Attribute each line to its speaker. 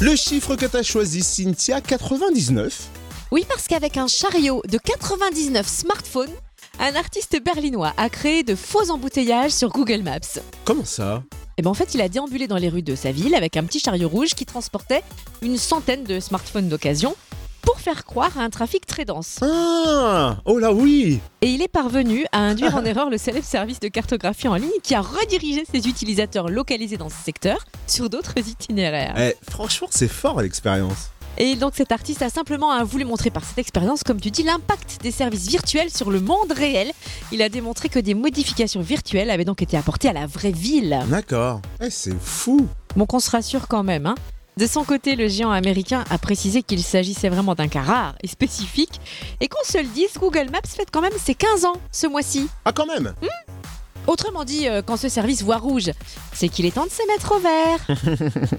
Speaker 1: Le chiffre que t'as choisi, Cynthia, 99.
Speaker 2: Oui, parce qu'avec un chariot de 99 smartphones, un artiste berlinois a créé de faux embouteillages sur Google Maps.
Speaker 1: Comment ça
Speaker 2: Et ben en fait, il a déambulé dans les rues de sa ville avec un petit chariot rouge qui transportait une centaine de smartphones d'occasion pour faire croire à un trafic très dense.
Speaker 1: Ah Oh là oui
Speaker 2: Et il est parvenu à induire en erreur le célèbre service de cartographie en ligne qui a redirigé ses utilisateurs localisés dans ce secteur sur d'autres itinéraires.
Speaker 1: Eh, Franchement, c'est fort l'expérience.
Speaker 2: Et donc cet artiste a simplement hein, voulu montrer par cette expérience, comme tu dis, l'impact des services virtuels sur le monde réel. Il a démontré que des modifications virtuelles avaient donc été apportées à la vraie ville.
Speaker 1: D'accord. Eh, c'est fou
Speaker 2: Bon qu'on se rassure quand même. hein. De son côté, le géant américain a précisé qu'il s'agissait vraiment d'un cas rare et spécifique. Et qu'on se le dise, Google Maps fête quand même ses 15 ans ce mois-ci.
Speaker 1: Ah quand même
Speaker 2: Autrement dit, euh, quand ce service voit rouge, c'est qu'il est temps de se mettre au vert.